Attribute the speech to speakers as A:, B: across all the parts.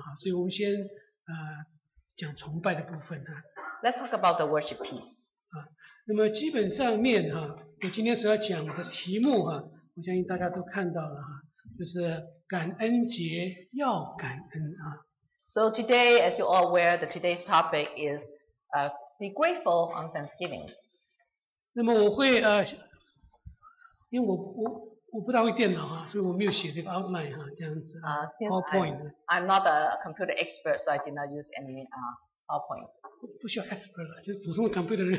A: 啊所以我们先呃讲崇拜的部分啊。
B: Let's talk about the worship piece.
A: 那么基本上面哈、我今天所要讲的题目哈、我相信大家都看到了哈、就是感恩节要感恩啊。
B: So today, as you all aware, the today's topic is uh, be grateful on Thanksgiving.
A: 那么我会呃，因为我我我不大会电脑啊，所以我没有写这个 outline 哈、这样子啊。
B: Uh, since
A: PowerPoint.
B: I'm, I'm not a computer expert, so I did not use any uh, PowerPoint.
A: 不需要 expert 了，就是普通的 computer 人。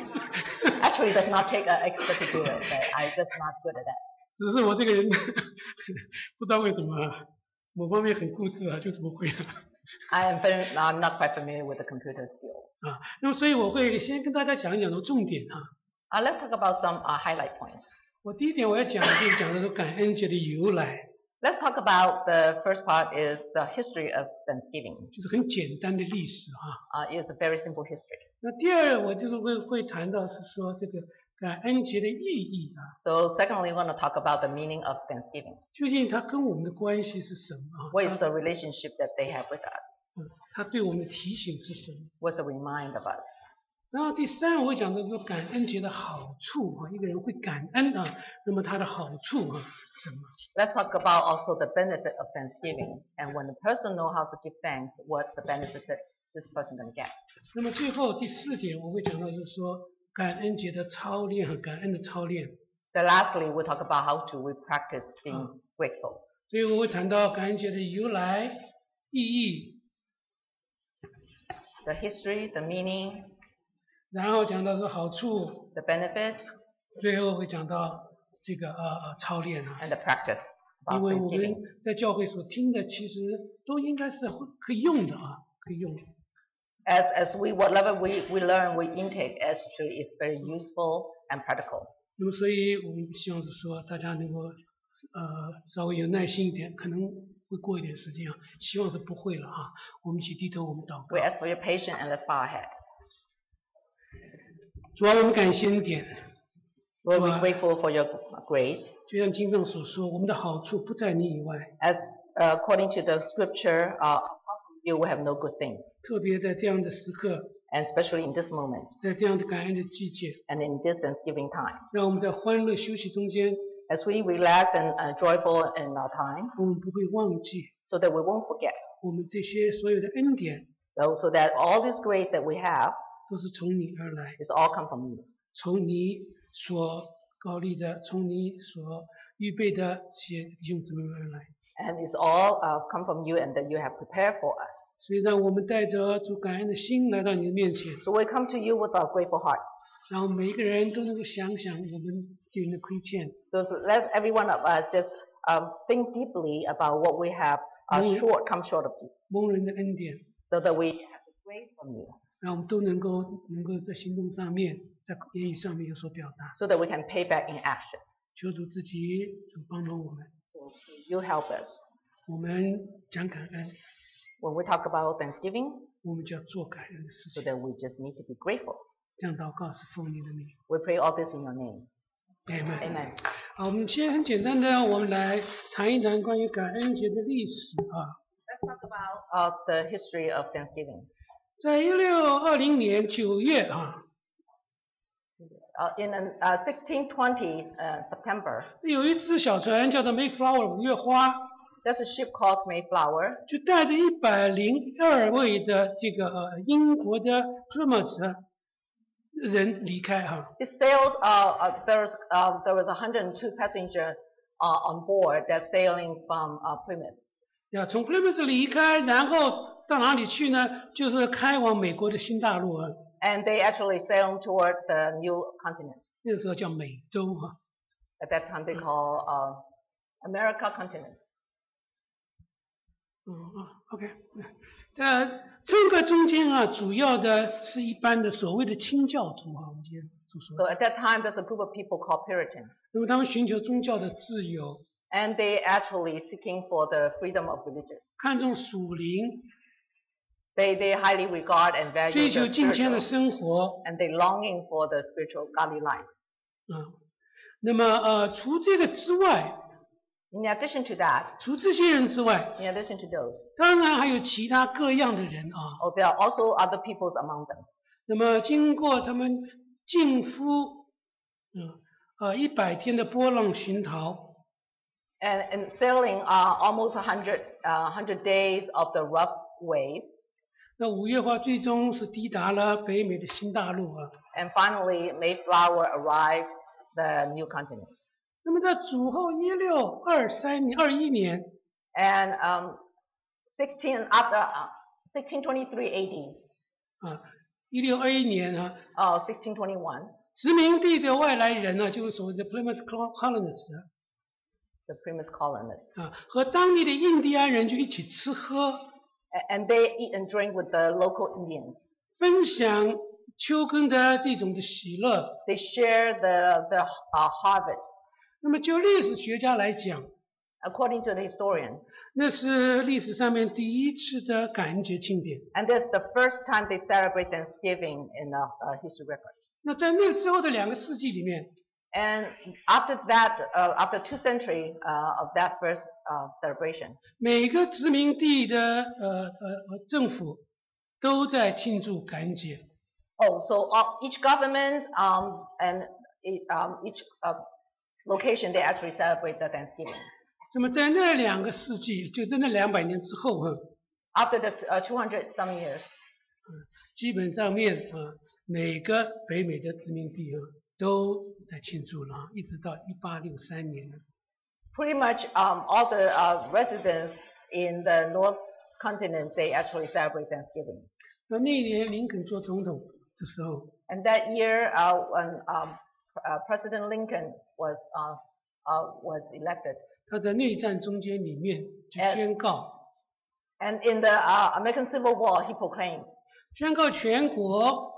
B: Actually, it does not take an expert to do it, but I'm just not good at that.
A: 只是我这个人 不知道为什么啊某方面很固执啊，就是不会啊。
B: I am very, I'm not quite familiar with the computer skill.
A: 啊，那么所以我会先跟大家讲一讲的重点啊。
B: Uh, let's talk about some uh, highlight points.
A: 我第一点我要讲就是讲的是感恩节的由来，
B: Let's talk about the first part is the history of Thanksgiving.
A: 就是很简单的历史啊。
B: Uh, it's a very simple history.
A: 那第二我就是会会谈到是说这个感恩节的意义啊，
B: So secondly, we want to talk about the meaning of Thanksgiving.
A: 究竟它跟我们的关系是什么啊？
B: What is the relationship that they have with us?
A: 嗯它对我们的提醒是什么？
B: What's the remind of us?
A: 然后第三，我会讲到说感恩节的好处啊，一个人会感恩啊，那么它的好处啊是什么？
B: Let's talk about also the benefit of Thanksgiving. And when the person knows how to give thanks, what's the benefit that this person going to get?
A: 那么最后第四点，我会讲到就是说感恩节的操练和感恩的操练，
B: Then lastly, we'll talk about how to we practice being
A: Mm.
B: grateful.
A: 所以我会谈到感恩节的由来、意义，
B: The history, the meaning,
A: 然后讲到说好处，
B: the benefit,
A: 最后会讲到这个呃呃操练啊，
B: and the practice
A: 因
B: about
A: 为我
B: Thanksgiving.
A: 们在教会所听的其实都应该是会可以用的啊，可以用的。
B: As, as we, whatever we, we learn, we intake actually is very useful and practical.
A: 那么，所以我们希望是说，大家能够呃稍微有耐心一点，可能会过一点时间啊，希望是不会了啊。我们一起低头，我们祷
B: We
A: 告。
B: ask for your patience and let's bow our head.
A: 主啊要我们感谢你点，
B: Lord, we're
A: Right.
B: grateful for your grace.
A: 就像经上所说，我们的好处不在你以外，
B: As uh, according to the scripture, uh, apart from you will have no good thing,
A: 特别在这样的时刻，
B: and especially in this moment
A: 在这样的感恩的季节，
B: and in this Thanksgiving time.
A: 让我们在欢乐休息中间，
B: As we relax and uh, joyful in our time,
A: 我们不会忘记
B: so that we won't forget,
A: 我们这些所有的恩典
B: so, so that all this grace that we have
A: 都是从你而来，
B: is all come from you,
A: 从你所高立的，从你所预备的些弟兄姊妹们而来。
B: and it's all uh, come from you, and that you have prepared for us.
A: 所以让我们带着主感恩的心来到你的面前，
B: So we come to you with our grateful heart.
A: 然后每一个人都能够想想我们对人的亏欠，
B: So to let every one of us just um, think deeply about what we have uh,
A: Mm.
B: short, come short of you,
A: 蒙人的恩典，
B: so that we have the grace from you,
A: 让我们都能够能够在行动上面，在言语上面有所表达。
B: so that we can pay back in action.
A: 求主自己主帮帮我们，
B: So you help us.
A: 我们讲感恩，
B: When we talk about Thanksgiving,
A: 我们就要做感恩的事
B: so
A: 情。
B: that we just need to be grateful.
A: 这样祷告是奉你的名
B: We pray all this in your name.
A: ，Amen。
B: Amen.
A: 好，我们先很简单的，我们来谈一谈关于感恩节的历史啊。
B: Let's talk about uh, the history of Thanksgiving.
A: 在一六二零年九月啊，
B: Uh, in uh, 1620 uh, September,
A: 有一只小船叫做 Mayflower 五月花，
B: there's a ship called Mayflower
A: 就带着一百零二位的这个呃英国的 Plymouth 人离开啊哈、
B: It sailed. Uh, uh, there was uh, there was 102 passengers uh, on board that sailing from uh, Plymouth.
A: 要从 Plymouth 离开，然后到哪里去呢？就是开往美国的新大陆啊，
B: And they actually sailed toward the new continent.
A: 那时候叫美洲哈、
B: At that time, they call uh, America continent.
A: 嗯啊，OK，呃，这个中间啊，主要的是一般的所谓的清教徒啊，我们今天所说的，
B: So at that time, there's a group of people called Puritan,
A: 那么他们寻求宗教的自由，
B: and they actually seeking for the freedom of religion.
A: 看重属灵，
B: They they highly regard and value
A: 追
B: the
A: 求敬虔的
B: spiritual,
A: 生活，啊
B: and they longing for the spiritual godly life.
A: 啊、那么呃，除这个之外，
B: In addition to that,
A: 除这些人之外，
B: in addition to those,
A: 当然还有其他各样的人啊。
B: oh, there are also other peoples among them.
A: 那么经过他们近乎嗯呃一百天的波浪巡逃，
B: And, and sailing uh, almost 100, uh, 100 days of the rough wave,
A: 那五月花最终是抵达了北美的新大陆啊。
B: and finally Mayflower arrived the new continent.
A: 那么在主后一六二三年二一年，
B: And um, 16 after uh, 1623
A: 啊，一六二一年啊，
B: AD, uh, 1621,
A: 殖民地的外来人呢、就是所谓的 Plymouth colonists 啊
B: the Primus colonists,
A: 啊，和当地的印第安人就一起吃喝，
B: A- and they eat and drink with the local Indians.
A: 分享秋耕的这种的喜乐。
B: They share the the uh, harvest.
A: 那么就历史学家来讲，
B: According to the historian,
A: 那是历史上面第一次的感恩节庆典。
B: and that's the first time they celebrate Thanksgiving in the uh, history record.
A: 那在那之后的两个世纪里面，
B: And after that, uh, after two centuries uh, of that first uh, celebration,
A: 每个殖民地的呃呃呃政府都在庆祝感恩节。
B: oh, so all, each government um, and e- um, each uh, location they actually celebrate the Thanksgiving.
A: 那么在那两个世纪，就在那两百年之后啊，
B: After the t- uh, 200 some years,
A: 基本上面啊，每个北美的殖民地啊都在庆祝了啊，一直到一八六三年啊
B: pretty much um, all the uh, residents in the North Continent they actually celebrate Thanksgiving.
A: 那那一年林肯做总统的时候，
B: And that year, uh, when um, uh, President Lincoln was uh, uh, was elected,
A: 他在内战中间里面就宣告，
B: and in the uh, American Civil War, he proclaimed
A: 宣告全国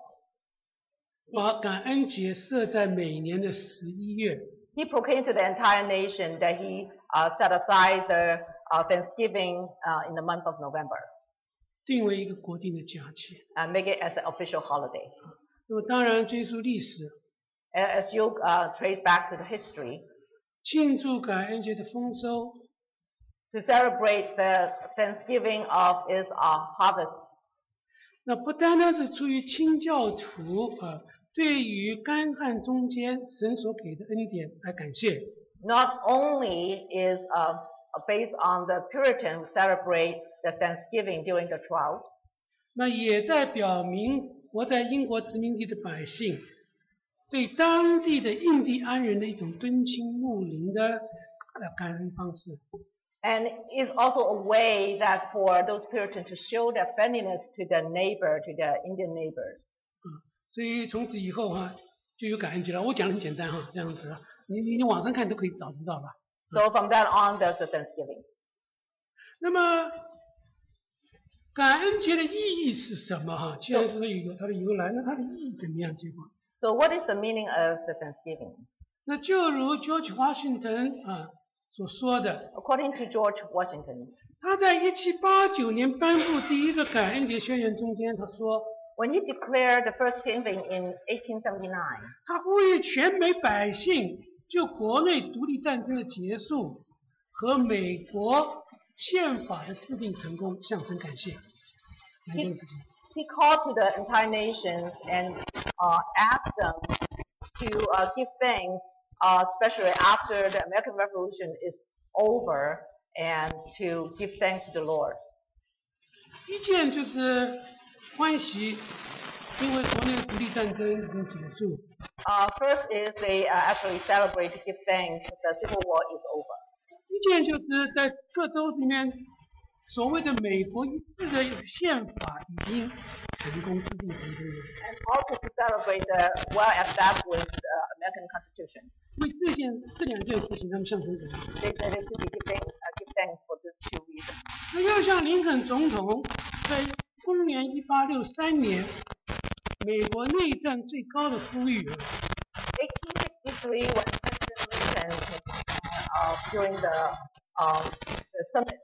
A: 把感恩节设在每年的十一月。
B: he proclaimed to the entire nation that he uh, set aside the uh, Thanksgiving uh, in the month of November
A: 定为一个国定的假期。
B: and make it as an official holiday.
A: 那么当然追溯历史，
B: A- As you uh, trace back to the history,
A: 庆祝感恩节的丰收，
B: to celebrate the Thanksgiving of is our harvest.
A: 那不单单是出于清教徒啊、呃对于干旱中间神所给的恩典来感谢，
B: Not only is uh, based on the Puritan who celebrate the Thanksgiving during the drought,
A: 那也在表明活在英国殖民地的百姓对当地的印第安人的一种敦亲睦邻的呃感恩方式。
B: and is also a way that for those Puritans to show their friendliness to their neighbor, to their Indian neighbors.
A: 所以从此以后哈、就有感恩节了。我讲的很简单哈、这样子啊，你你你网上看都可以找得到吧。
B: So from that on, there's the Thanksgiving.
A: 那么，感恩节的意义是什么？哈，既然是有它的由来，那它的意义怎么样？结果，
B: So what is the meaning of the Thanksgiving?
A: 那就如 George Washington 啊所说的，
B: According to George Washington,
A: 他在一七八九年颁布第一个感恩节宣言中间，他说，
B: when he declared the first Thanksgiving in 1879,
A: 他呼吁全美百姓就国内独立战争的结束和美国宪法的制定成功向神感谢。感谢主
B: he called to the entire nation and uh, asked them to uh, give thanks, uh, especially after the American Revolution is over, and to give thanks to the Lord.
A: 一件就是欢喜，因为国内的独立战争已经结束。
B: Uh, first is they uh, actually celebrate to give thanks that the Civil War is over.
A: 一件就是在各州里面，所谓的美国一致的宪法已经成功制定成功了，
B: And also to celebrate the well-established uh, American Constitution.
A: 为这件这两件事情他们向神感谢。
B: They said they should be giving, uh, give thanks for these two reasons.
A: 那要像林肯总统在公元一八六三年美国内战最高的呼吁啊，
B: 1863 when President Lincoln uh, during the, um, the summit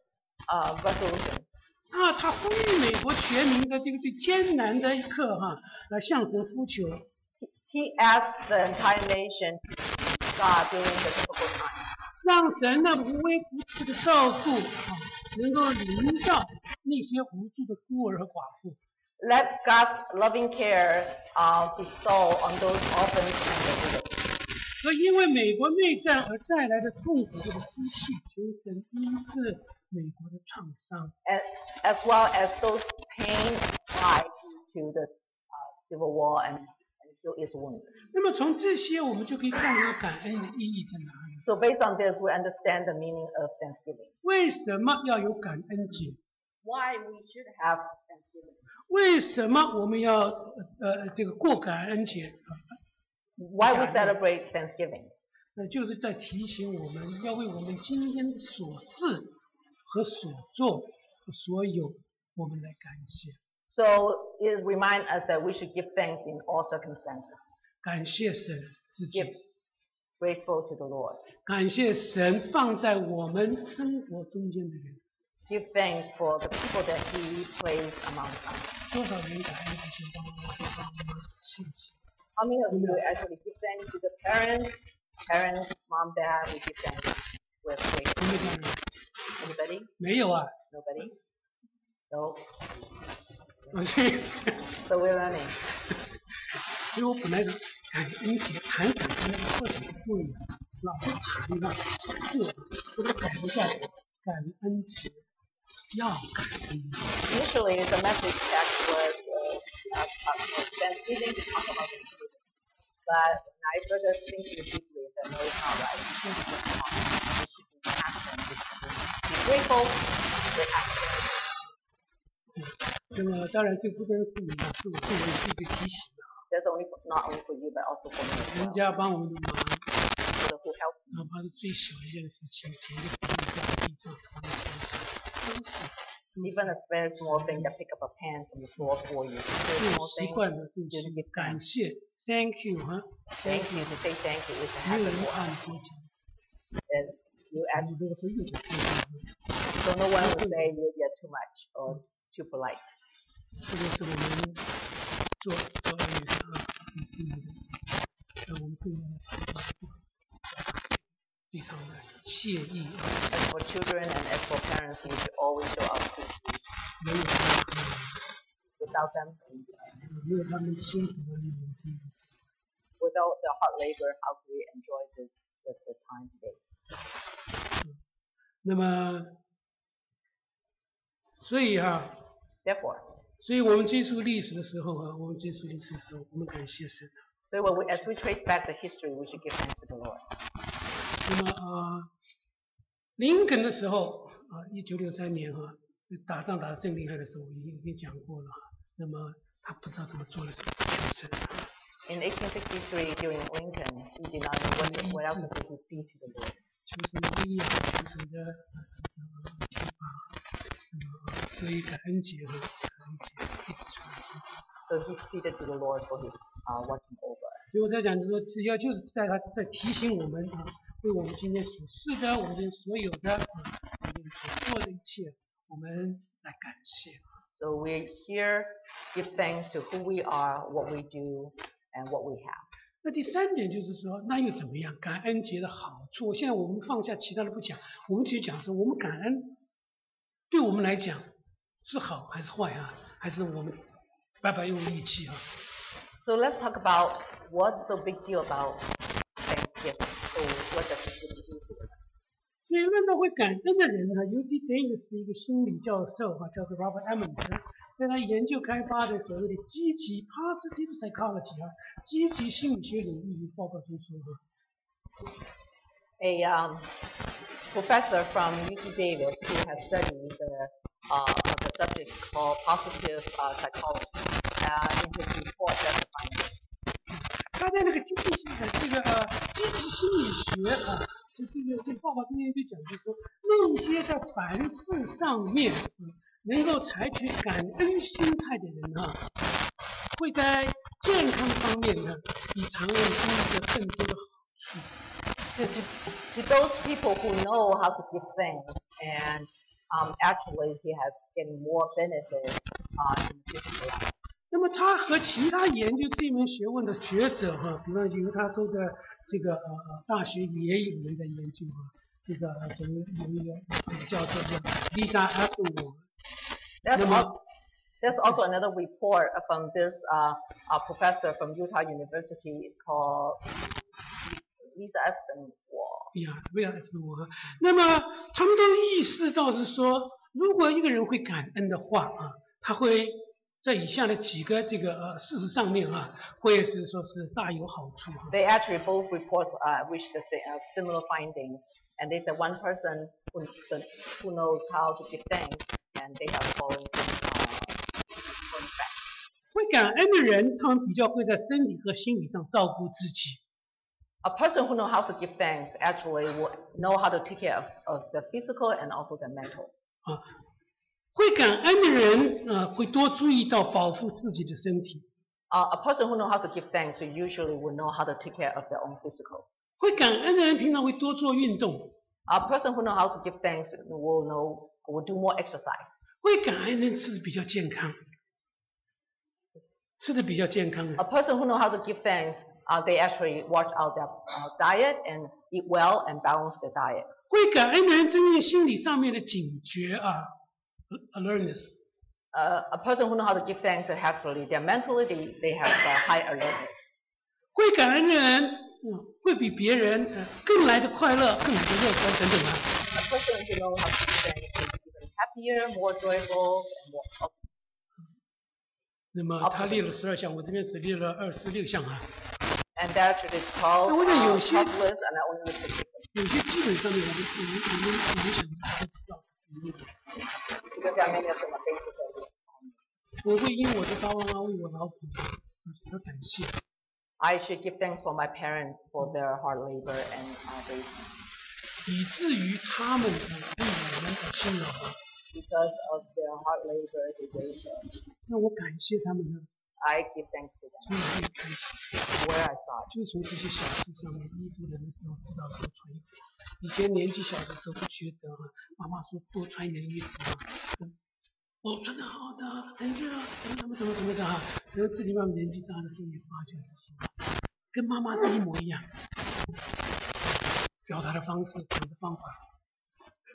B: uh, resolution.
A: 啊，他呼吁美国全民的这个最艰难的一刻哈、来向神呼求。
B: He asked the entire nation to seek God during the difficult time.
A: 让神的无微不至的照顾啊，能够临到那些无助的孤儿和寡妇。
B: Let God's loving care uh, bestow on those orphans and the widows.
A: 所以，因为美国内战而带来的痛苦和哭泣，求神医治美国的创伤。
B: as, as well as those pain tied to the uh, Civil War and, and heal its wounds.
A: 那么，从这些我们就可以看到感恩的意义在哪里。
B: So based on this, we understand the meaning of Thanksgiving.
A: 为什么要有感恩节？
B: Why we should have Thanksgiving.
A: 为什么我们要呃这个过感恩节？啊
B: Why we
A: Yeah.
B: celebrate Thanksgiving.
A: 那呃就是在提醒我们要为我们今天的所事和所做和所有，我们来感谢，
B: So it reminds us that we should give thanks in all circumstances,
A: 感谢神自己
B: give，grateful to the Lord.
A: 感谢神放在我们生活中间的人。
B: Give thanks for the people that He placed among us.
A: 多少人感恩这些帮助我们谢谢。
B: How many of you actually give thanks to the parents, parents, mom, dad? We give thanks with faith.
A: 有没有这样的人
B: Anybody?
A: 没有啊，
B: Nobody? No.
A: 所以
B: So we're learning.
A: 所以我本来想感恩节谈感恩的课程不呢，老是谈呢，是我都改不下来。感恩节要感恩。
B: Usually the message text was uh, uh, uh, Thanksgiving to talk about Thanksgiving. But when I further think it deeply, that no, it's not right. We should be calm. We should be action. We should be grateful. We're action.
A: 那么当然，这不单是你的，是我对我自己的提醒啊。
B: That's only for, not only for you, but also for me. as
A: 人
B: well.
A: 家帮我们的忙，哪
B: So who helped me.
A: 怕是最小一件事情，钱就放在地上，放在钱上，都是
B: Even a very small thing that pick up a pen from the floor for you. Very
A: 这
B: small
A: 种习
B: thing.
A: 惯的东
B: You
A: 西
B: give。
A: 感
B: thanks.
A: 谢，Thank you 哈
B: Thank
A: ，Thank
B: you to say thank you is a
A: 没有
B: happy
A: 人
B: word.
A: 怕你多讲，
B: And you
A: 哎
B: actually，
A: 如果说又讲 Thank you，
B: So no one will say you, you're too much or too polite.
A: 这就是我们做做那个啊，嗯嗯，让我们对面的非常的谢意啊，
B: As for children and as for parents, we should always show our appreciation.
A: 没有他们。
B: Without them,
A: 没有他们辛苦的那种经历。
B: without the hard labor, how could we enjoy this, this, this time today?
A: 那么，所以啊，
B: Therefore,
A: 所以我们接触历史的时候啊，我们接触历史的时候，我们感谢神。啊
B: so when we, as we trace back the history, we should give thanks to the Lord.
A: 那么啊，林肯的时候啊，一九六三年哈、啊，打仗打得正厉害的时候，我已经已经讲过了啊。那么他不知道怎么做了什么感谢神，
B: In 1863, during Lincoln, he did not know what, what else could he do to the Lord.
A: 求神的力量，求神的呃呃启发。那么，所以感恩节哈、感恩节一直传下去。
B: So he pleaded to the Lord for his uh, watching over. us.
A: 所以我在讲，就是说，只要就是在他在提醒我们啊，为我们今天所事的，我们今天所有的啊，我们所做的一切，我们来感谢。
B: So we're here, give thanks to who we are, what we do, and what we have.
A: 那第三点就是说，那又怎么样？感恩节的好处，现在我们放下其他的不讲，我们只讲说，我们感恩，对我们来讲是好还是坏啊？还是我们白白用力气啊？
B: So let's talk about what's so big deal about Thanksgiving. So what does Thanksgiving do to us?
A: 所以论到会感恩的人呢，尤其 Davis 的一个心理教授哈、叫做 Robert Emmons，在他研究开发的所谓的积极 positive psychology 啊，积极心理学领域报告中说哈，
B: A um, professor from UC Davis who has studied the, uh, the subject called positive uh, psychology uh, in his report that finds
A: 他在那个积极性的这个呃积极心理学啊，这这个这个报告中间就讲就说，那些在凡事上面、嗯、能够采取感恩心态的人啊，会在健康方面呢，比常人获得更多的好。
B: to, to, to those people who know how to give thanks and um, actually he has getting more benefits uh, in his life.
A: 那么他和其他研究这门学问的学者哈、比方犹他州的这个呃呃大学也有人在研究哈、这个什么有一个呃叫做叫 Lisa F 五，
B: There's
A: No, no.
B: al- there's also another report from this uh, uh, professor from Utah University called Lisa Espen.
A: 哎呀，不要 F 五。那么他们都意识到是说，如果一个人会感恩的话啊，他会在以下的几个这个呃事实上面啊，会是说是大有好处啊。
B: They actually both reports uh, reached the same, uh, similar findings, and they said one person who, who knows how to give thanks, and they are following. Uh,
A: 会感恩的人，他们比较会在身体和心理上照顾自己。
B: a person who knows how to give thanks actually will know how to take care of, of the physical and also the mental.
A: 会感恩的人，呃，会多注意到保护自己的身体；
B: Uh, a person who knows how to give thanks usually will know how to take care of their own physical.
A: 会感恩的人平常会多做运动；
B: A person who knows how to give thanks will know will do more exercise.
A: 会感恩的人吃的比较健康，吃的比较健康的
B: A。person who knows how to give thanks, uh, they actually watch out their uh, diet and eat well and balance their diet.
A: 会感恩的人增进心理上面的警觉啊，a-，alertness。
B: Uh, a person who knows how to give thanks actually their mentally they, they have uh, high alertness.
A: 会感恩的人，嗯，会比别人呃更来的快乐，更来的乐观等等啊。
B: A person who knows how to give thanks is even happier, more joyful, and more.
A: 那么他列了十二项，我这边只列了二十六项啊。
B: And that actually called
A: Oh, yeah,
B: uh,
A: you see.
B: top list, and I only listed six
A: 有些基本上面我们我们我们我们想大家知道。
B: because there are many of them are basic. already.
A: 我会因我的爸爸妈妈为我劳苦而感谢。
B: I should give thanks for my parents for their hard labor and uh, they
A: 以至于他们呃为我们而辛劳。
B: because of their hard labor they gave us.
A: 那我感谢他们呢，
B: I give thanks to them
A: 从哪里开始？
B: where I started.
A: 就是从这些小事上面，衣服冷的时候知道多穿一点。以前年纪小的时候不觉得啊，妈妈说多穿一点衣服啊，嗯我穿的好的，很热，怎么怎么怎么怎么的啊。然后自己慢慢年纪大了之后也发现说，啊跟妈妈是一模一样，表达的方式、讲的方法，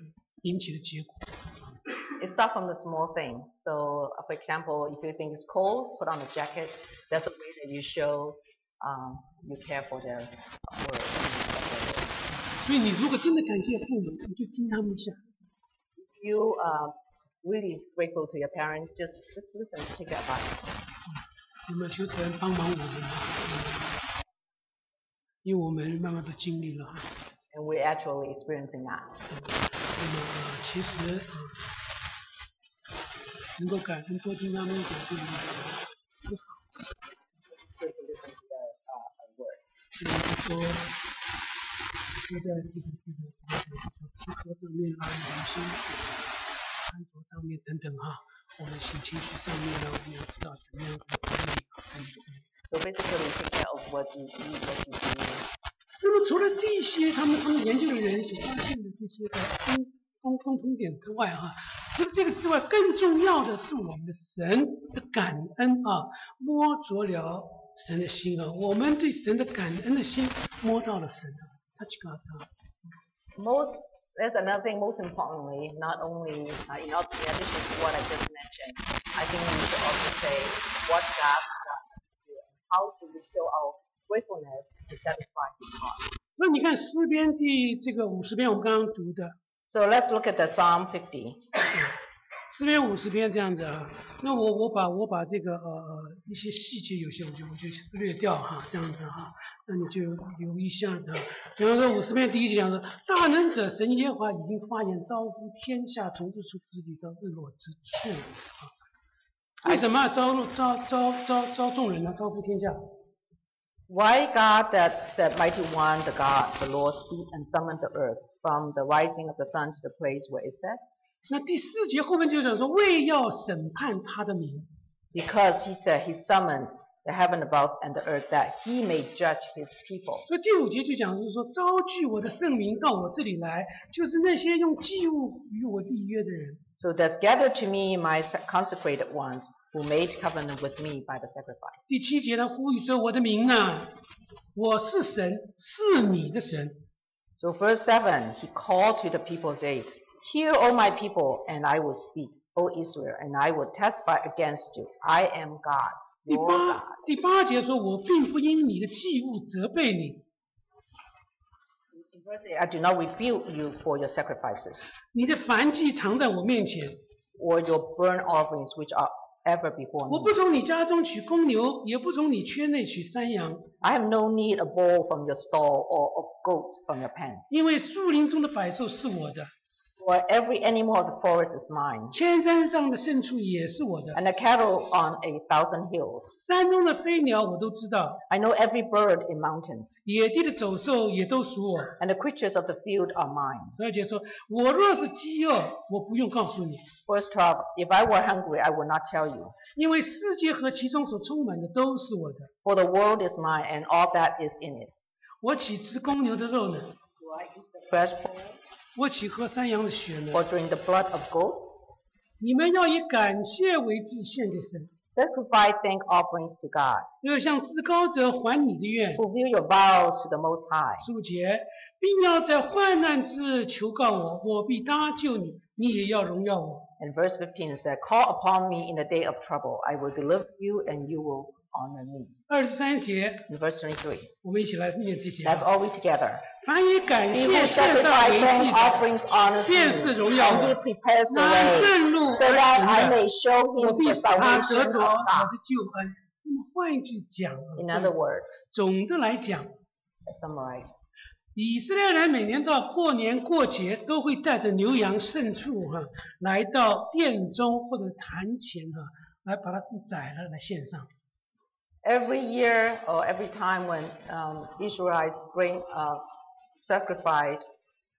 A: 嗯引起的结果。
B: It starts from the small thing. So, uh, for example, if you think it's cold, put on a jacket. That's a way that you show um, you care for their uh, world.
A: 所以你如果真的感谢父母，你就听他们一下，
B: If you are really grateful to your parents, just, just listen, take their advice.
A: 那么求神帮忙我们啊，嗯因为我们慢慢的经历了啊。
B: And we're actually experiencing that.
A: 那么、呃其实、呃、能够感恩多听他们讲这个，
B: Just listen to their uh, word.
A: 就是说，说在这个这个这个吃喝上面啊，我们心穿着上面等等啊，我们心情绪上面呢，我们要知道怎么样子管理管理。
B: uh, So basically, take care of what you eat, what you do.
A: 那么除了这些，他们他们研究的人所发现的这些的共共共同点之外啊，除了这个之外，更重要的是我们的神的感恩啊，摸着了神的心啊，我们对神的感恩的心摸到了神啊，touch God 啊。
B: most that's another thing most importantly not only uh, in op- in addition to what i just mentioned i think we should also say what god does to us. how do we show our gratefulness to satisfy his heart
A: 那你看诗篇第这个五十篇，我们刚刚读的
B: so let's look at the psalm 50
A: 诗篇五十篇这样子啊。那我我把我把这个呃呃一些细节有些我就我就略掉哈、这样子哈、那你就留意一下子啊。比方说五十篇第一节讲说，大能者神耶和华已经发言，招呼天下从日出之地到日落之处啊。为什么要招入招招招招众人呢？招呼天下。
B: why god that that mighty one the god the lord speak and summon the earth from the rising of the sun to the place where it set
A: 那第四节后面就讲说，为要审判他的民。
B: because he said he summoned the heaven above and the earth that he may judge his people
A: 所以第五节就讲，就是说招聚我的圣民到我这里来，就是那些用祭物与我立约的人。
B: So that's gathered to me my consecrated ones who made covenant with me by the sacrifice.
A: 第七节他呼吁说：“我的名啊，我是神，是你的神。
B: So verse 7, he called to the people, saying, Hear, O my people, and I will speak, O Israel, and I will testify against you. I am God,
A: 第
B: your God.
A: 八第八节说：“我并不因你的祭物责备你，
B: In verse 8, I do not rebuke you for your sacrifices
A: 你的凡祭常在我面前。
B: or your burnt offerings which are ever before
A: 我
B: me.
A: 不从你家中取公牛，也不从你圈内取山羊，
B: I have no need of bull from your stall or of goats from your pen.
A: 因为树林中的百兽是我的，
B: For every animal of the forest is mine,
A: 千山上的牲畜也是我的，
B: and the cattle on a thousand hills.
A: 山中的飞鸟我都知道，
B: I know every bird in mountains,
A: 野地的走兽也都属我。
B: and the creatures of the field are mine. ”
A: 十二节说：“我若是饥饿，我不用告诉你，
B: Verse 12 If I were hungry, I would not tell you,
A: 因为世界和其中所充满的都是我的。
B: for the world is mine and all that is in it.
A: 我岂吃公牛的肉呢？
B: Do I eat the fresh bull
A: 我岂喝山羊的血呢？
B: or drink the blood of goats?
A: 你们要以感谢为祭献给神，
B: Sacrifice thank offerings to God.
A: 要向至高者还你的愿。
B: Fulfill your vows to the Most High.
A: 十五节，并要在患难之日求告我，我必搭救你，你也要荣耀我。
B: And verse 15 it said, Call upon me in the day of trouble. I will deliver you and you will honor me.
A: 二十三节，
B: In verse 23,
A: 我们一起来念这节啊。
B: that's all we together.
A: 凡以感
B: He
A: 谢
B: who
A: 献上为
B: sacrifices
A: 祭
B: thank
A: 的，
B: offerings honors me,
A: 便
B: and
A: 是荣耀我
B: he prepares the
A: 拿
B: way,
A: 正路
B: so that I
A: 而行
B: may
A: 的，
B: show
A: 我
B: him
A: 必
B: the
A: 使他
B: salvation
A: 得
B: of
A: 着我
B: God. Hmm.
A: 的救恩。那么换一句讲
B: In
A: 啊
B: other，words,
A: 总的来讲，
B: I summarize.
A: 以色列人每年到过年过节都会带着牛羊牲畜哈、来到殿中或者坛前哈、来把它宰了来献上。
B: Every year or every time when um, Israelites bring a sacrifice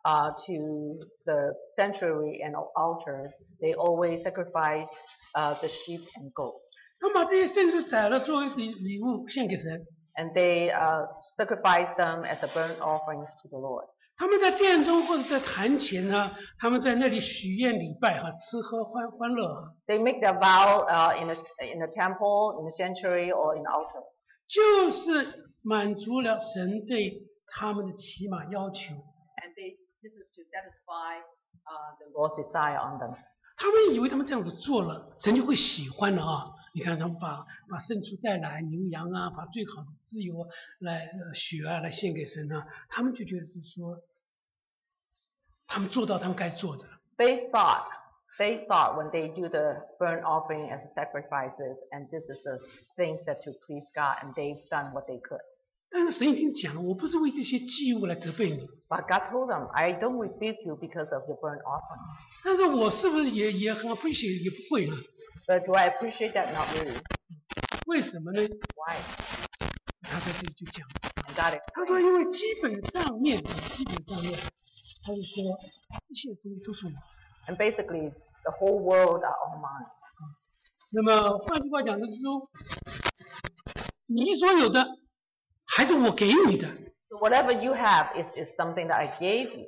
B: uh, to the sanctuary and altar, they always sacrifice uh, the sheep and goat.
A: 他们把这些牲畜宰了作为礼礼物献给神。
B: And they uh, sacrifice them as a burnt offerings to the Lord.
A: 他们在殿中或者在坛前呢，他们在那里许愿礼拜哈、吃喝欢欢乐啊。
B: They make their vow uh, in, a, in the temple, in the sanctuary, or in the altar.
A: 就是满足了神对他们的起码要求。
B: And they, this is to satisfy uh, the Lord's desire on them.
A: 他们以为他们这样子做了，神就会喜欢的啊！你看他们把把牲畜带来，牛羊啊，把最好的自由啊来、呃、血啊来献给神啊，他们就觉得是说，他们做到他们该做的了。
B: They thought, they thought when they do the burnt offering as sacrifices, and this is the things that to please God, and they've done what they could.
A: 但是神已经讲了，我不是为这些祭物来责备你，
B: But God told them, I don't rebuke you because of your burnt offerings.
A: 但是我是不是也也很 appreciate 也不会呢？
B: But do I appreciate that? Not really.
A: 为什么呢？
B: Why?
A: 他在这里就讲，
B: And God
A: 他说
B: explained.
A: 因为基本上面，基本上面，他就说一切东西都是我的。
B: And basically, the whole world are all mine.
A: 那么换句话讲，就是说，你所有的还是我给你的啊，
B: So whatever you have is, is something that I gave you.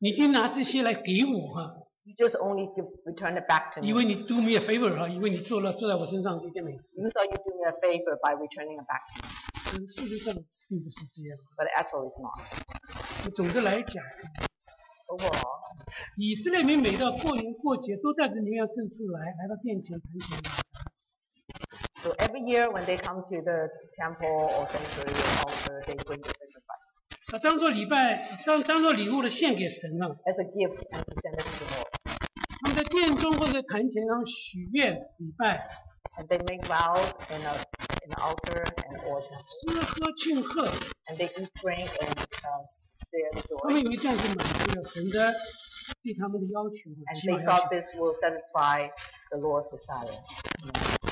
A: 你就拿这些来给我哈、
B: You just only give, return it back to
A: 以
B: me.
A: 为你 do me a favor 哈、以为你做了做在我身上这件美事，
B: You thought you do me a favor by returning it back to me,
A: 但是事实上并不是这样。
B: but actually it's not.
A: 总的来讲，
B: Overall,
A: 以色列民每到过年过节都带着牛羊牲畜来，来到殿前坛前，
B: So every year when they come to the temple or sanctuary or altar, they bring the sacrifice
A: 啊，当做礼拜，当当做礼物的献给神啊了、
B: as a gift and to send it to the Lord.
A: 他们在殿中或者坛前，然后许愿礼拜，
B: And they make vows in a in the altar and or
A: 吃
B: temple,
A: 喝庆贺，
B: and they eat drink and uh, their
A: 他们
B: joy.
A: 以为这样就满足了神的对他们的要求和
B: And
A: 期望
B: they
A: 要
B: thought
A: 求。
B: this will satisfy the Lord's desire.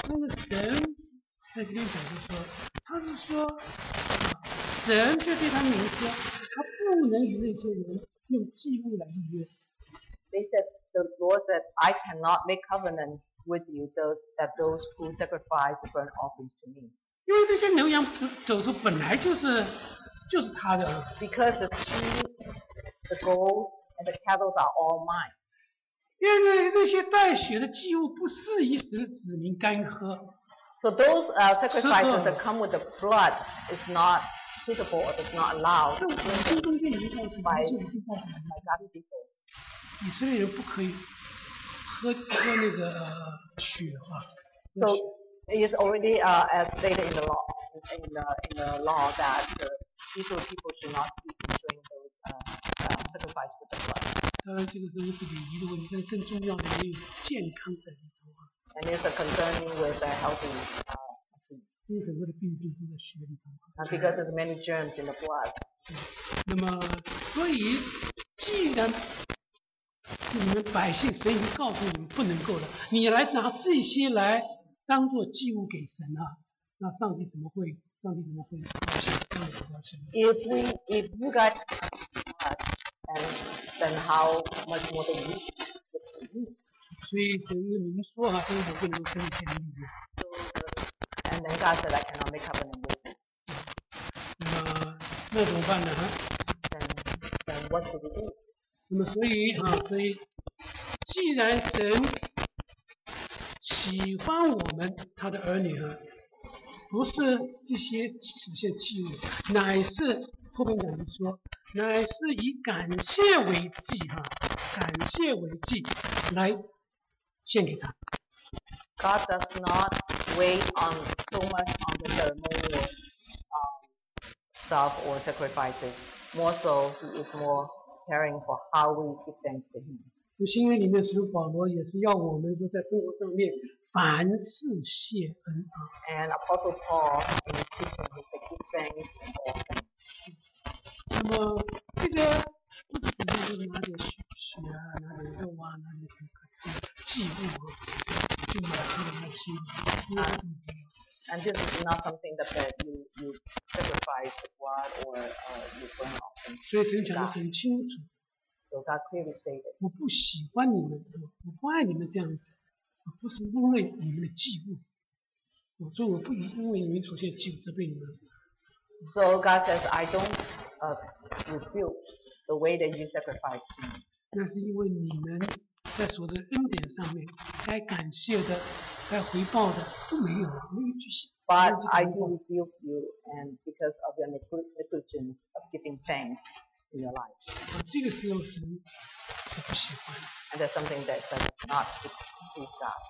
A: 但是神在这边讲就说，他是说，神却对他明说，他不能与那些人用记录来立约。
B: They said the Lord said, I cannot make covenant with you those that those who sacrifice the burnt offerings to me.
A: 因为这些牛羊走出本来就是就是他的，
B: Because the sheep, the gold, and the cattle are all mine.
A: 因为那些带血的祭物不适宜使子民干喝。
B: So those uh, sacrifices
A: Sugar.
B: that come with the blood is not suitable or does not allow
A: 那我们中东这一道是
B: 白
A: 不是已经告诉我们
B: by God's people.
A: 以色列人不可以喝喝那个呃血啊。
B: So it is already uh, as stated in the law, in the, in the law that the Israel people should not eat and drink those uh, uh, sacrificed with the blood.
A: 当然，这个都是礼仪的问题，但是更重要的也有健康在里头啊。
B: And it's a concern with the healthy uh, food.
A: 因为很多的病菌都在血里头啊。
B: uh, because there's many germs in the blood.
A: 那么，所以既然你们百姓神已经告诉你们不能够了，你来拿这些来当做祭物给神啊，那上帝怎么会？上帝怎么会高兴？上帝不高兴？
B: If we, if you guys us, and then how much more than you?
A: 所以神是明说啊，这个我不能够跟你建立约。
B: So, uh, and then God said, I cannot make covenant with you.
A: 那么呃那怎么办呢？哈，
B: Then, then what should we do?
A: 那么所以啊，所以既然神喜欢我们他的儿女啊，不是这些属些器物，乃是后面讲的说，乃是以感谢为祭哈、感谢为祭来献给他。
B: God does not wait on so much on the ceremonial um, stuff or sacrifices. More so, He is more caring for how we give thanks to Him.
A: 就新约里面，使徒保罗也是要我们说，在生活上面凡事谢恩啊。
B: And Apostle Paul, in his teaching, he said, "Give thanks in all things."
A: 那么这个不只是就是拿点血啊，拿点肉啊，拿点什么祭物啊，就满足了那些因
B: 啊
A: 为嗯
B: And this is not something that, that you you sacrifice the blood or uh, you burn often.
A: 所以神讲的很清楚，
B: So God clearly stated,
A: 我不喜欢你们，我不爱你们这样子，我不是因为你们的祭物，我说我不因为你们所献祭物责备你们，
B: So God says, I don't uh, rebuke the way that you sacrifice to me.
A: 那是因为你们在所得的恩典上面该感谢的、该回报的都没有，没有去谢。
B: But I do rebuke you, and because of your negli- negligence of giving thanks in your life.
A: 啊，这个时候神我不喜欢。
B: And that's something that does not please God.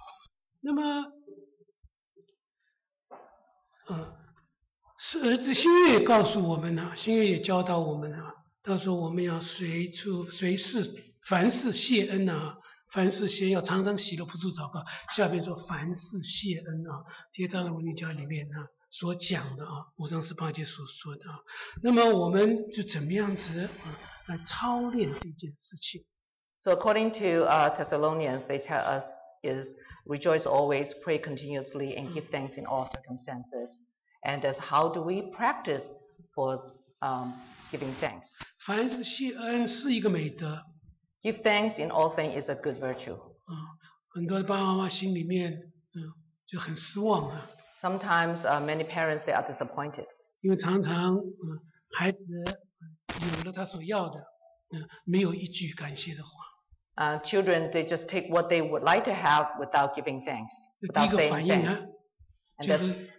A: 那么，啊，是儿子新月也告诉我们啊，新月也教导我们啊，他说我们要随处随事凡事谢恩啊，凡事谢要常常喜乐不住祷告。下面说凡事谢恩啊，贴章的文理家里面啊所讲的啊，五章十八节所说的啊，那么我们就怎么样子啊来操练这件事情？
B: So according to uh, Thessalonians, they tell us is rejoice always, pray continuously, and give thanks in all circumstances. And that's how do we practice for um, giving thanks?
A: 凡事谢恩是一个美德，
B: Give thanks in all things is a good virtue.
A: 啊，很多的爸爸妈妈心里面，嗯，就很失望啊，
B: Sometimes uh, many parents they are disappointed
A: 因为常常，嗯，孩子嗯有了他所要的，嗯，没有一句感谢的话。
B: Uh, children, they just take what they would like to have without giving thanks,
A: 那第
B: without
A: 一个反
B: saying
A: 应
B: thanks.
A: 呢，
B: And
A: 就
B: that's,
A: 是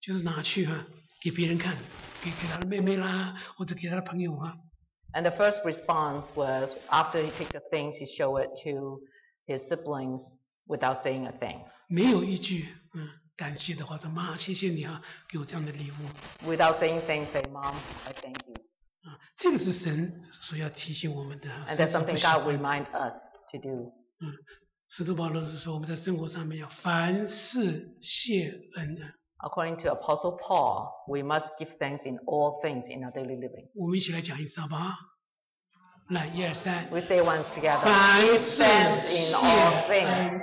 A: 就是拿去啊，给别人看，给给他的妹妹啦，或者给他的朋友啊。
B: and the first response was after he took the things, he showed it to his siblings without saying a thanks,
A: 没有一句嗯感谢的话，说妈，谢谢你啊，给我这样的礼物
B: without saying thanks. Say, Mom, I thank you.
A: 啊，这个是神所要提醒我们的啊。
B: And
A: 神
B: that's
A: 所不
B: something
A: 喜欢
B: God will remind us to do.
A: 嗯，使徒保罗是说，我们在生活上面要凡事谢恩啊。
B: According to Apostle Paul, we must give thanks in all things in our daily living.
A: 我们一起来讲一次好不好？来，一二三，
B: We say once together,
A: 凡
B: give
A: 事
B: thanks in
A: 谢
B: all things.
A: 恩。啊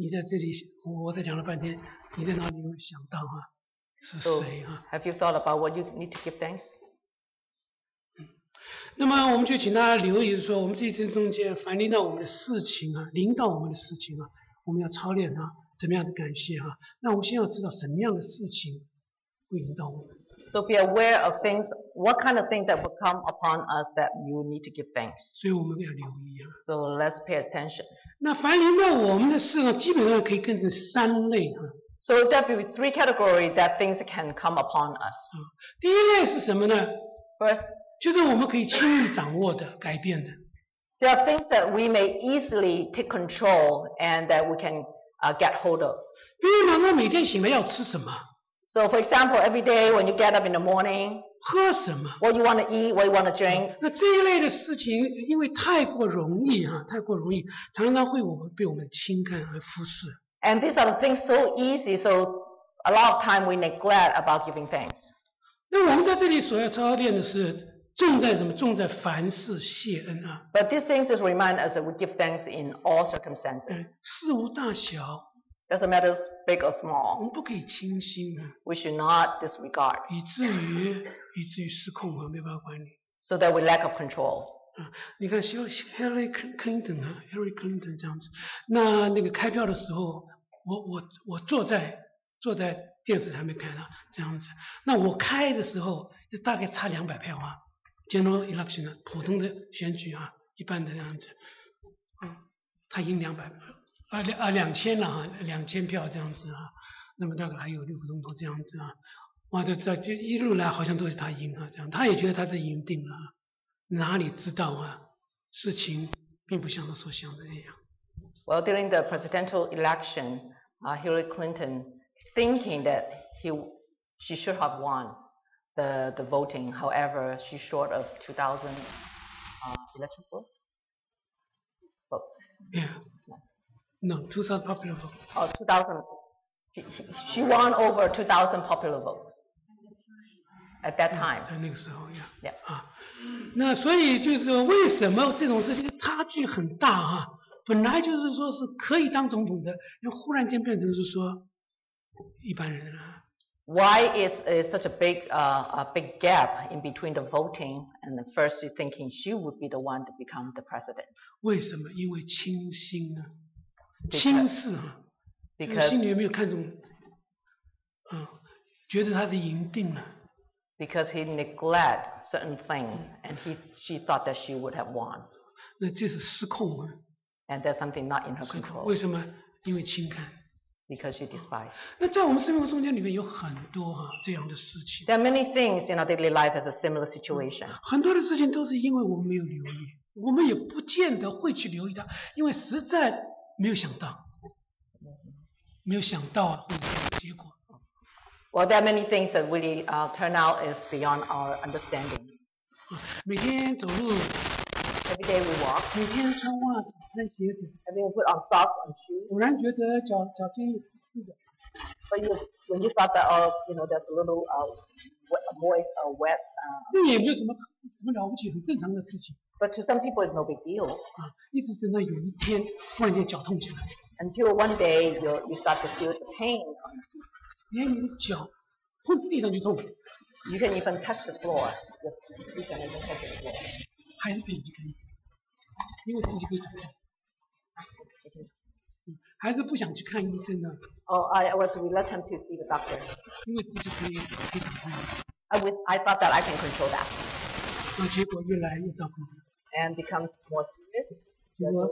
A: 你在这里，我我在讲了半天，你在哪里有想到啊？是
B: So,
A: 谁啊？
B: have you thought about what you need to give thanks?
A: 那么我们就请大家留意说，我们这一生中间，凡临到我们的事情啊，临到我们的事情啊，我们要操练啊，怎么样的感谢啊？那我们先要知道什么样的事情会临到我们。
B: So be aware of things, what kind of things that will come upon us that you need to give thanks.
A: 所以我们要留意啊。
B: So let's pay attention.
A: 那凡临到我们的事呢，基本上可以分成三类啊。
B: So there be three categories that things can come upon us.
A: 第一类是什么呢？
B: First,
A: 就是我们可以轻易掌握的、改变的。
B: there are things that we may easily take control and that we can uh, get hold of.
A: 比如呢，我每天醒来要吃什么、
B: So, for example, every day when you get up in the morning,
A: 喝什么，
B: what you want to eat, what you want to drink,
A: 那这一类的事情，因为太过容易啊，太过容易，常常会我们被我们轻看而忽视。
B: and these are the things so easy. So, a lot of time we neglect about giving thanks.
A: 那我们在这里所要操练的是重在什么？重在凡事谢恩啊，
B: But these things is remind us that we give thanks in all circumstances.
A: 嗯，事无大小，
B: Doesn't matter big or
A: 我
B: small.
A: 们不可以轻心啊，
B: We should not disregard,
A: 以至于以至于失控啊，没办法管理
B: so that we lack of control.
A: 啊。你看，希 Hillary Clinton 啊，Hillary Clinton 这样子，那那个开票的时候，我我我坐在坐在电视台面看啊，这样子，那我开的时候就大概差两百票啊，general election 啊，普通的选举啊，一般的这样子，嗯他赢两百，啊两啊两千了啊，两千票这样子啊，那么大概还有六个钟头这样子啊，哇，这这就一路来好像都是他赢啊，这样他也觉得他是赢定了啊，哪里知道啊，事情并不像他所想的那样。
B: Well, during the presidential election, uh, Hillary Clinton, thinking that he, she should have won the, the voting, however, she's short of 2,000 uh, election votes. Vote.
A: Yeah, no, two thousand popular vote.
B: Oh, 2,000. She, she- she won over 2,000 popular votes at that time.
A: 在那个时候呀
B: Yeah.
A: 啊，那所以就是说，为什么这种事情差距很大啊？本来就是说是可以当总统的，又忽然间变成是说一般人了、啊。
B: Why is, is such a big, uh, a big gap in between the voting and the first you thinking she would be the one to become the president?
A: 为什么？因为轻心啊，
B: 对
A: 轻视啊，就是
B: Because
A: 心里有没有看重？嗯，觉得他是赢定了，
B: because he neglect certain things and he she thought that she would have won
A: 那这是失控啊！
B: and that's something not in her
A: 失控为
B: control
A: 什么？因为轻看。
B: because she despised
A: 那在我们生活中间里面有很多啊这样的事情，
B: there are many things in our daily life as a similar situation
A: 很多的事情都是因为我们没有留意，我们也不见得会去留意它，因为实在没有想到，没有想到啊会有这样的结果。
B: well there are many things that really uh, turn out is beyond our understanding
A: 每天走路，
B: every day we walk
A: 每天穿袜子、穿鞋子，
B: every day we put on socks and shoes
A: 偶然觉得脚脚尖有湿湿的，
B: but you when you thought that oh you know there's a little uh, wet, moist or wet uh,
A: 这也没有什么什么了不起，很正常的事情
B: but to some people it's no big deal
A: 啊。一直等到有一天突然间脚痛起来，
B: until one day you you start to feel the pain on your feet.
A: 连你的脚碰地上就痛，
B: You can even touch the floor. Just- You can even touch the floor.
A: 还是自己可以，因为自己可以走路。嗯还是不想去看医生呢，
B: Oh, I was reluctant to see the doctor.
A: 因为自己可以可以走路，
B: I, was, I thought that I can control that
A: 那结果越来越糟糕，
B: and become more serious.
A: 结果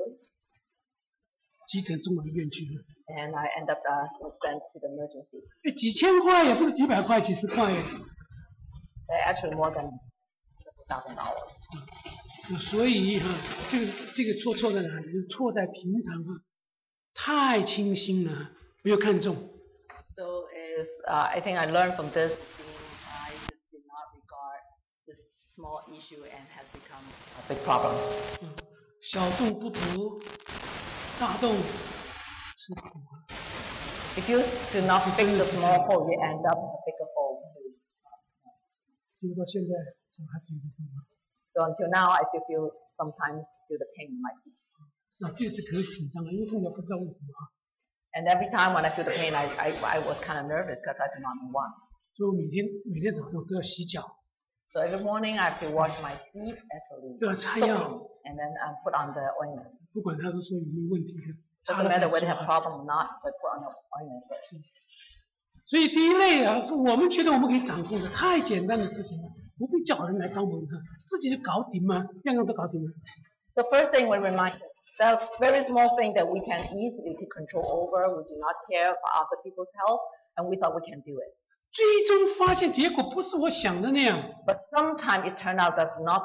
A: 急诊送到医院去了。
B: And I end up uh, was sent to the emergency.
A: 哎，几千块也不是几百块，几十块耶。啊
B: They're Uh, actually more than thousand dollars.
A: 那所以哈、这个这个错错在哪里？就是错在平常啊，太清新了，没有看重。
B: So is uh, I think I learned from this. I just did not regard this small issue and has become a big problem.
A: 嗯，小洞不图，大洞是苦啊。
B: If you do not fix the small hole, you end up with a bigger hole.
A: 结果到现在，怎么还挺不痛啊？
B: So until now, I still feel sometimes feel the pain in my feet.
A: 那这次可是紧张了，因为痛的不知道为什么啊，
B: And every time when I feel the pain, I, I, I was kind of nervous because I do not know why.
A: 所以我每天每天早上都要洗脚，
B: So every morning I have to wash my feet actually,
A: 都要擦药
B: soak them,。and then I put on the ointment.
A: 不管他是说有没有问题，啊擦
B: Doesn't
A: 了再
B: matter whether
A: 说
B: you have a
A: 啊。
B: problem or not, but put on the ointment first.
A: 所以第一类啊，是我们觉得我们可以掌控的太简单的事情了，不啊必叫人来帮忙的，自己就搞定嘛，样样都搞定嘛。
B: So first thing we remind us, That's very small thing that we can easily take control over. We do not care about other people's health, and we thought we can do it.
A: 最终发现结果不是我想的那样。
B: But sometimes it turned out that's not,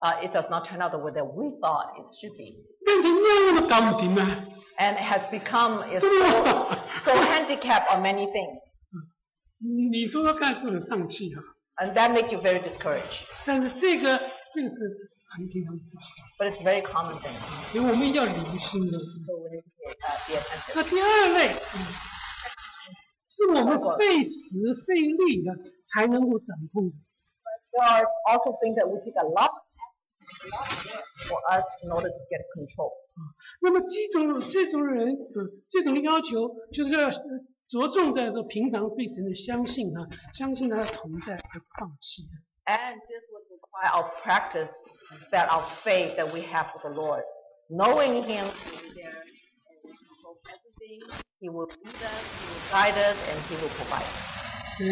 B: uh, it does not turn out the way that we thought it should be.
A: 变成那样的搞不定啊！
B: And it has become is so, so handicapped on many things.
A: 你说说看，是很丧气啊！
B: And that makes you very discouraged.
A: 但是这个这个是很平常的事情，
B: But it's very common thing.
A: 所以我们要留心的。
B: So we need to pay, uh, be attentive.
A: 那第二类，嗯是我们费时费力的才能够掌控的。
B: There are also things that we take a lot of effort, a lot of work for us in order to get control.
A: 那么这种这种人，嗯，这种要求就是要呃着重在说平常对神的相信啊，相信他的同在而放弃啊的。
B: And this would require our practice that our faith that we have with the Lord. Knowing Him He is there and He controls everything. He will lead us, He will guide us, and He will provide.
A: 神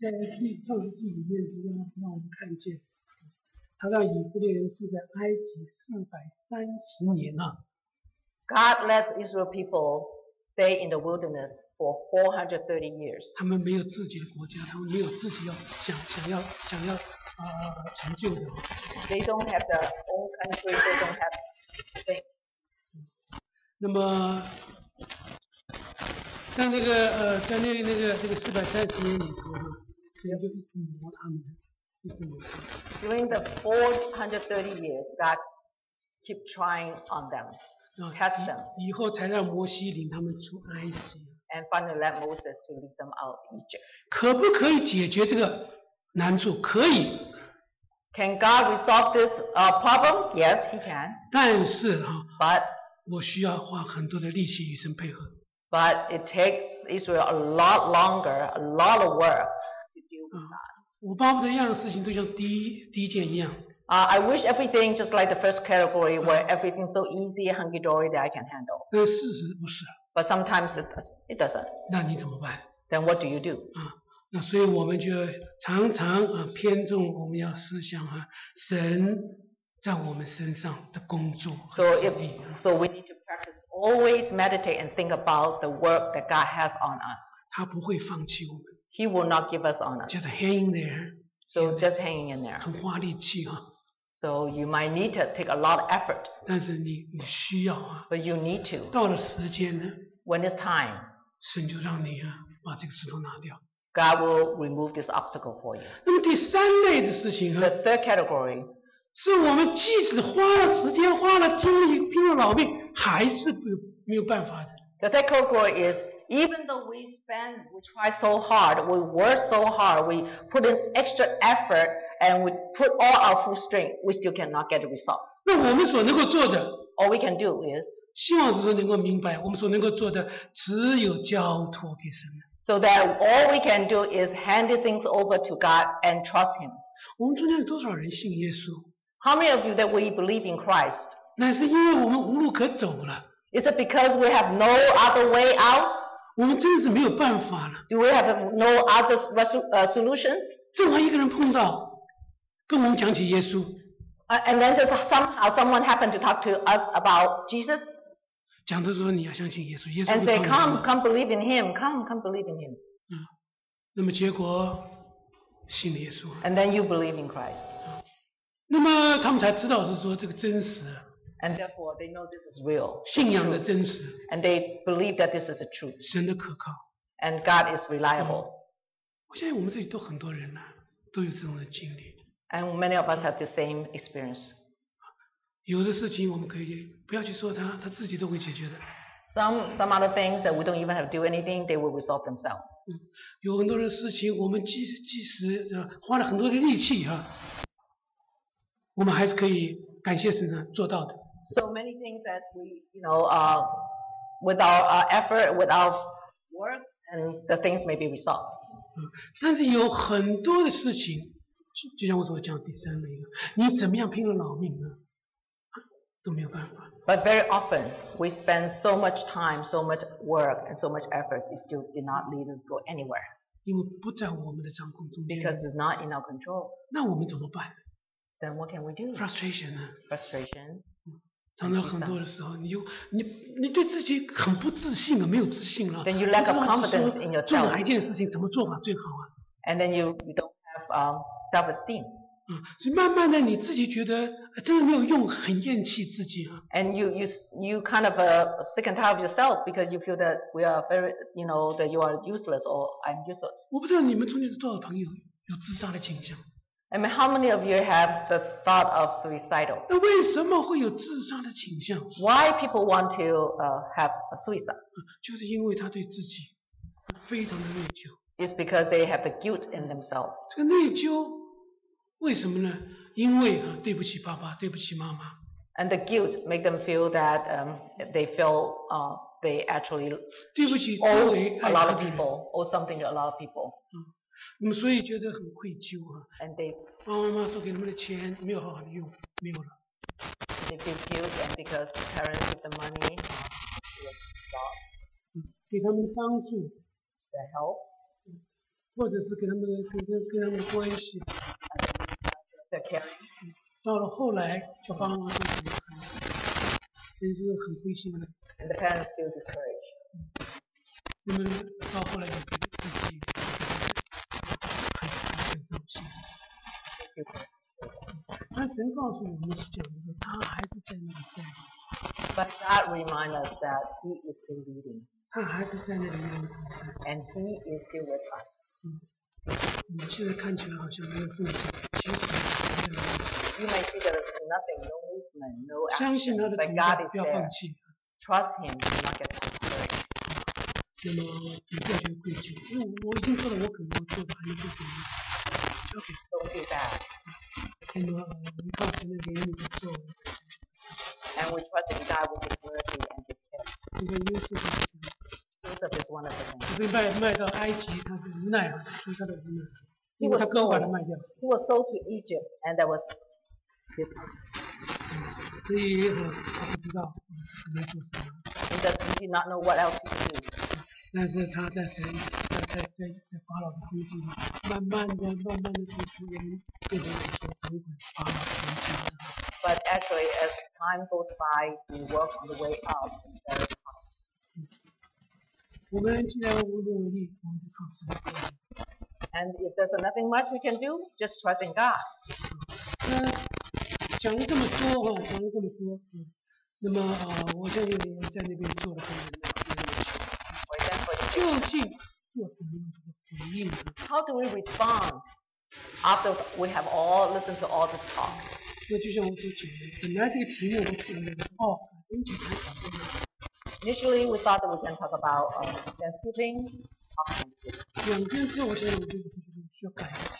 A: 在创创世纪里面就让让我们看见，他让以色列人住在埃及四百三十年啊，
B: God let Israel people stay in the wilderness for 430 years.
A: 他们没有自己的国家，他们没有自己要想想要想要呃成就的。
B: They don't have their own country, they don't have things.
A: 那么，像那个呃，在那那个这个四百三十年里头呢，神就一直磨他们，一直磨他们。
B: During the 430 years, God keep trying on them,
A: 啊
B: test them,
A: 以后才让摩西领他们出埃及。啊
B: and finally let Moses to lead them out of Egypt.
A: 可不可以解决这个难处？可以，
B: Can God resolve this uh, problem? Yes, He can.
A: 但是哈、
B: But
A: 我需要花很多的力气与神配合。
B: but it takes Israel a lot longer, a lot of work to do. Uh,
A: 我巴不得样的事情都像第一第一件一样，
B: Uh, I wish everything just like the first category, where everything's so easy, hunky dory that I can handle.
A: 但事实不是，啊
B: But sometimes it does, it doesn't.
A: 那你怎么办？
B: Then what do you do?
A: 啊，那所以我们就常常啊偏重我们要思想啊，神在我们身上的工作和啊
B: So
A: 旨意
B: if so, we need to practice always meditate and think about the work that God has on us.
A: 他不会放弃我们，
B: He will not give us on us.
A: 就是 hang there，
B: So just hanging in there.
A: 很花力气啊，
B: So you might need to take a lot of effort,
A: 但是你你需要啊，
B: but you need to.
A: 到了时间呢，
B: When it's time,
A: 神就让你啊把这个石头拿掉。
B: God will remove this obstacle for you.
A: 那么第三类的事情啊，
B: The third category
A: 是我们即使花了时间、花了精力、拼了老命，还是不没有办法的。
B: The third category is even though we spend, we try so hard, we work so hard, we put in extra effort, and we put all our full strength, we still cannot get the result.
A: 那我们所能够做的，
B: All we can do is
A: 希望是说能够明白，我们所能够做的只有交托给神了。
B: so that all we can do is hand these things over to God and trust Him.
A: 我们中间有多少人信耶稣？
B: How many of you that we believe in Christ?
A: 那是因为我们无路可走了，
B: Is it because we have no other way out?
A: 我们真的是没有办法了。
B: Do we have no other resu- uh, solutions?
A: 正好一个人碰到，跟我们讲起耶稣，
B: Uh, and then just somehow someone happened to talk to us about Jesus
A: 讲的时候你要相信耶稣，耶稣
B: and
A: 会
B: say,
A: 帮你
B: Come,
A: 的。
B: come believe in him, come, come believe in him.
A: 那么结果信了耶稣，
B: And then you believe in Christ.
A: 那么他们才知道是说这个真实
B: And therefore they know this is real.
A: 信仰的真实，
B: And they believe that this is the truth.
A: 神的可靠。
B: And God is reliable.
A: 我相信我们这里都很多人呢、都有这种的经历。
B: And many of us have the same experience.
A: 有的事情我们可以不要去说他，他自己都会解决的。
B: Some some other things that we don't even have to do anything, they will resolve themselves.
A: 有很多的事情，我们即使即使呃花了很多的力气啊，我们还是可以感谢神呢做到的。嗯
B: So many things that we, you know, uh, with our uh, effort, with our work, and the things may be resolved.
A: 但是有很多的事情，就就像我所讲第三类啊，你怎么样拼了老命呢，啊都没有办法。
B: But very often, we spend so much time, so much work, and so much effort, it still did not lead us go anywhere
A: 因为不在我们的掌控中间，
B: because it's not in our control.
A: 那我们怎么办
B: Then what can we do?
A: ？Frustration 啊呢？
B: Frustration,
A: 常常很多的时候，你就你你对自己很不自信了，没有自信了，
B: Then you lack
A: 不知道
B: of
A: 是说
B: confidence in yourself.
A: 做哪一件事情怎么做法最好啊？
B: and then you, you don't have um, self-esteem.
A: 啊，所以慢慢的你自己觉得呃真的没有用，很厌弃自己啊。
B: And you, you, you kind of uh, sick and tired of yourself because you feel that we are very, you know, that you are useless or I'm useless.
A: 我不知道你们中间有多少朋友有自杀的倾向，
B: I mean, how many of you have the thought of suicidal?
A: 那为什么会有自杀的倾向？啊
B: Why people want to uh, have a suicide
A: 就是因为他对自己非常的内疚。
B: is because they have the guilt in themselves.
A: 这个内疚为什么呢？因为啊，对不起爸爸，对不起妈妈，
B: And the guilt make them feel that um, they feel uh, they actually
A: 对不起周
B: owe
A: 围
B: 哦 a
A: 爱
B: lot
A: 他
B: of
A: 的人，
B: people, owe something to a lot of people.
A: 嗯，所以觉得很愧疚啊。
B: And they,
A: 爸爸妈妈所给你们的钱没有好好的用，没有了。
B: they feel guilt and because parents give them money, uh,
A: 给他们的帮助，
B: their help,
A: 或者是给他们的给跟跟他们的关系，
B: their care.
A: 到了后来，就爸爸妈妈对自己很，所以这个很灰心的。
B: And the parents feel discouraged.
A: 那么到后来你自己很很糟心。但神告诉我们是这样的，他还是在那里带领，
B: But God reminds us that He is still leading
A: 他还是在那里面同在。
B: and He is still with us.
A: 你现在看起来好像没有动静，其实还在那里
B: You may see that there's nothing, no movement, no
A: 相信
B: action,
A: 他的
B: but
A: 同
B: God
A: 在，
B: is
A: 不要
B: there.
A: 放弃。
B: Trust Him, do not get discouraged.
A: 那么你会觉得愧疚，因为我已经做了我可能做的，还能做什么？交给
B: Don't do that.
A: 神。那么呃你靠神的怜悯的做，
B: And we trust in God with His mercy and His care.
A: 你的优势就是神。
B: Joseph is one of the
A: 他
B: things.
A: 被卖卖到埃及，他很无奈啊，说他的无奈，因为他哥把他卖掉，嗯
B: He was sold to Egypt, and that was his.
A: 所以呃他不知道嗯能做什么，
B: He, does, he did not know what else to do.
A: 但是他在神在在在在法老的工作里，慢慢的慢慢的就是人变成一个掌管法老的权的。
B: But actually, as time goes by, he worked on the way up. And, uh,
A: 我们既然无能为力，我们就靠神做。
B: and if there's nothing much we can do, just trust in God.
A: 那讲了这么多哈，讲了这么多，嗯，那么呃，我相信你们在那边做了很多的努力，
B: For example,
A: 究竟做什么样的回应啊呢？
B: how do we respond after we have all listened to all this talk?
A: 那就像我所讲的，本来这个题目我选的是哦，很简单，很简
B: Initially, we thought that we can talk about uh, Thanksgiving.
A: 单两天之后，我想我这个题目需要改一下。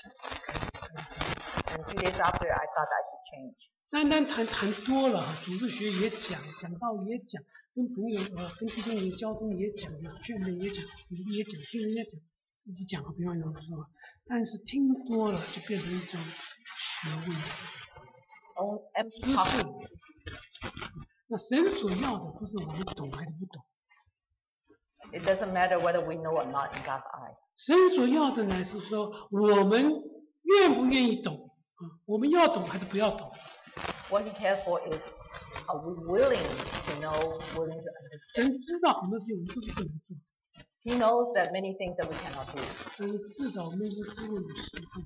B: And two days after, I thought I should change.
A: 单单谈谈多了哈，组织学也讲，讲道也讲，跟朋友呃，跟弟兄也交通也讲，劝人也讲，鼓励也讲，听人也讲，自己讲和别人有时候，但是听多了就变成一种学问。
B: On Oh, empty
A: 知
B: talking.
A: 识。那神所要的不是我们懂还是不懂，
B: It doesn't matter whether we know or not in God's eye.
A: 神所要的呢是说我们愿不愿意懂啊？我们要懂还是不要懂？
B: What He cares for is are we willing to know, willing to understand.
A: 神知道很多事情我们都是不能做，
B: He knows that many things that we cannot do.
A: 但是至少我们是知问的时候，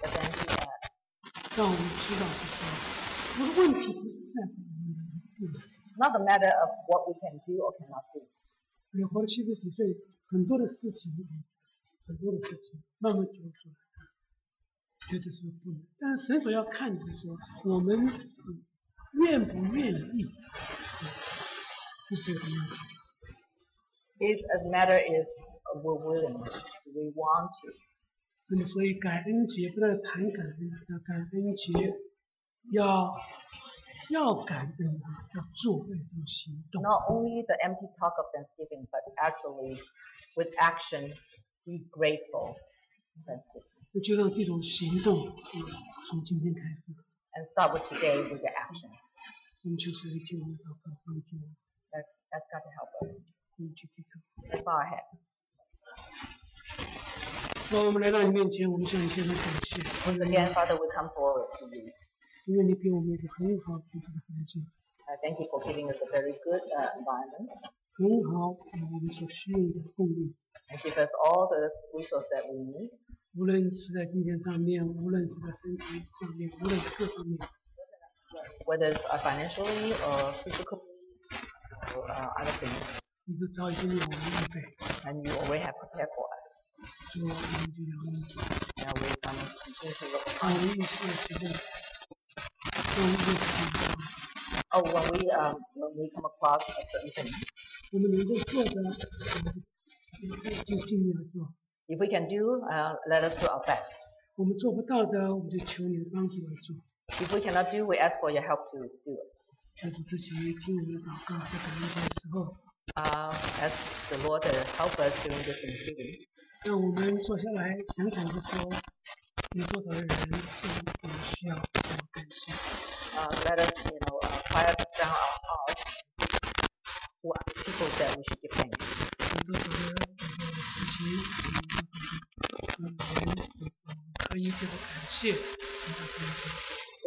B: But then uh, He adds,
A: 让我们知道是什么。我的问题不是在乎我们能不能，
B: not a matter of what we can do or cannot do.
A: 你活了七十几岁，很多的事情，很多的事情慢慢觉悟出来，觉得是不能。但是神所要看的是说，我们嗯愿不愿意，嗯这是一个问题。
B: It's a matter is uh, we're willing, we want to.
A: 那么，所以感恩节不但谈感恩，啊要感恩节要要感恩啊，要做，要有行动。
B: Not only the empty talk of Thanksgiving, but actually with action, be grateful Thanksgiving.
A: 那就让这种行动，嗯，从今天开始，
B: and start with today with the action.
A: 我们就是一天我们祷告，帮助我
B: That's, that's got to help us.
A: 们去祷告。
B: That's all I have.
A: 让我们来到你面前，我们向你献上感谢，
B: Once again, Father, we come forward to you
A: 因为你给我们一个很好的一个环境，
B: Uh, thank you for giving us a very good uh, environment
A: 很好，呃我们所需用的供应，
B: and give us all the resources that we need.
A: 无论是在金钱上面，无论是在身体上面，无论是各方面，
B: whether it's uh, financially or physically or uh, other things,
A: 你都早已经为我们预备，
B: and you already have prepared for us.
A: 所以我们就要用
B: Now we come continue to look
A: 我们一切的时候，我们就可以
B: oh, when we um, when we come across a certain thing,
A: 我们能够做的，呃就尽力而做；
B: if we can do, uh, let us do our best.
A: 我们做不到的，我们就求你的帮助而做。
B: If we cannot do, we ask for your help to do it.
A: 求主自己听我们的祷告，在感恩节的时候，
B: Uh, ask the Lord to help us during this meeting
A: 让我们坐下来想想，就说有多少的人是我们需要我们感谢，
B: Uh, let us, you know, uh, quiet down our hearts. Who are the people that we should give thanks?
A: 有多少的有多少的事情，有多少的人我们可以这个感谢，我们可以感谢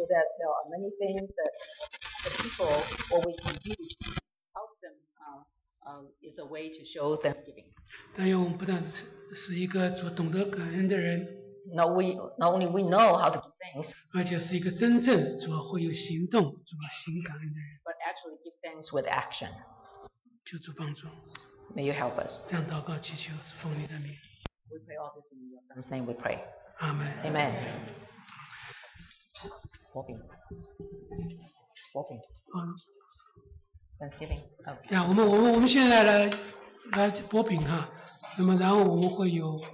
B: so that there are many things that the people or we can do to help them uh, um, is a way to show thanksgiving.
A: 但愿我们不但是是一个主懂得感恩的人，
B: Not we not only we know how to give thanks,
A: 而且是一个真正主要会有行动、主要行感恩的人。
B: but actually give thanks with action.
A: 求主帮助，
B: May you help us.
A: 这样祷告祈求是奉你的名，
B: We pray all this in your son's name. We pray.
A: 阿门。
B: Amen. Walking. Walking.
A: 好了。
B: Thanksgiving. Okay.
A: 呀，我们我们我们现在来来薄饼哈，那么然后我们会有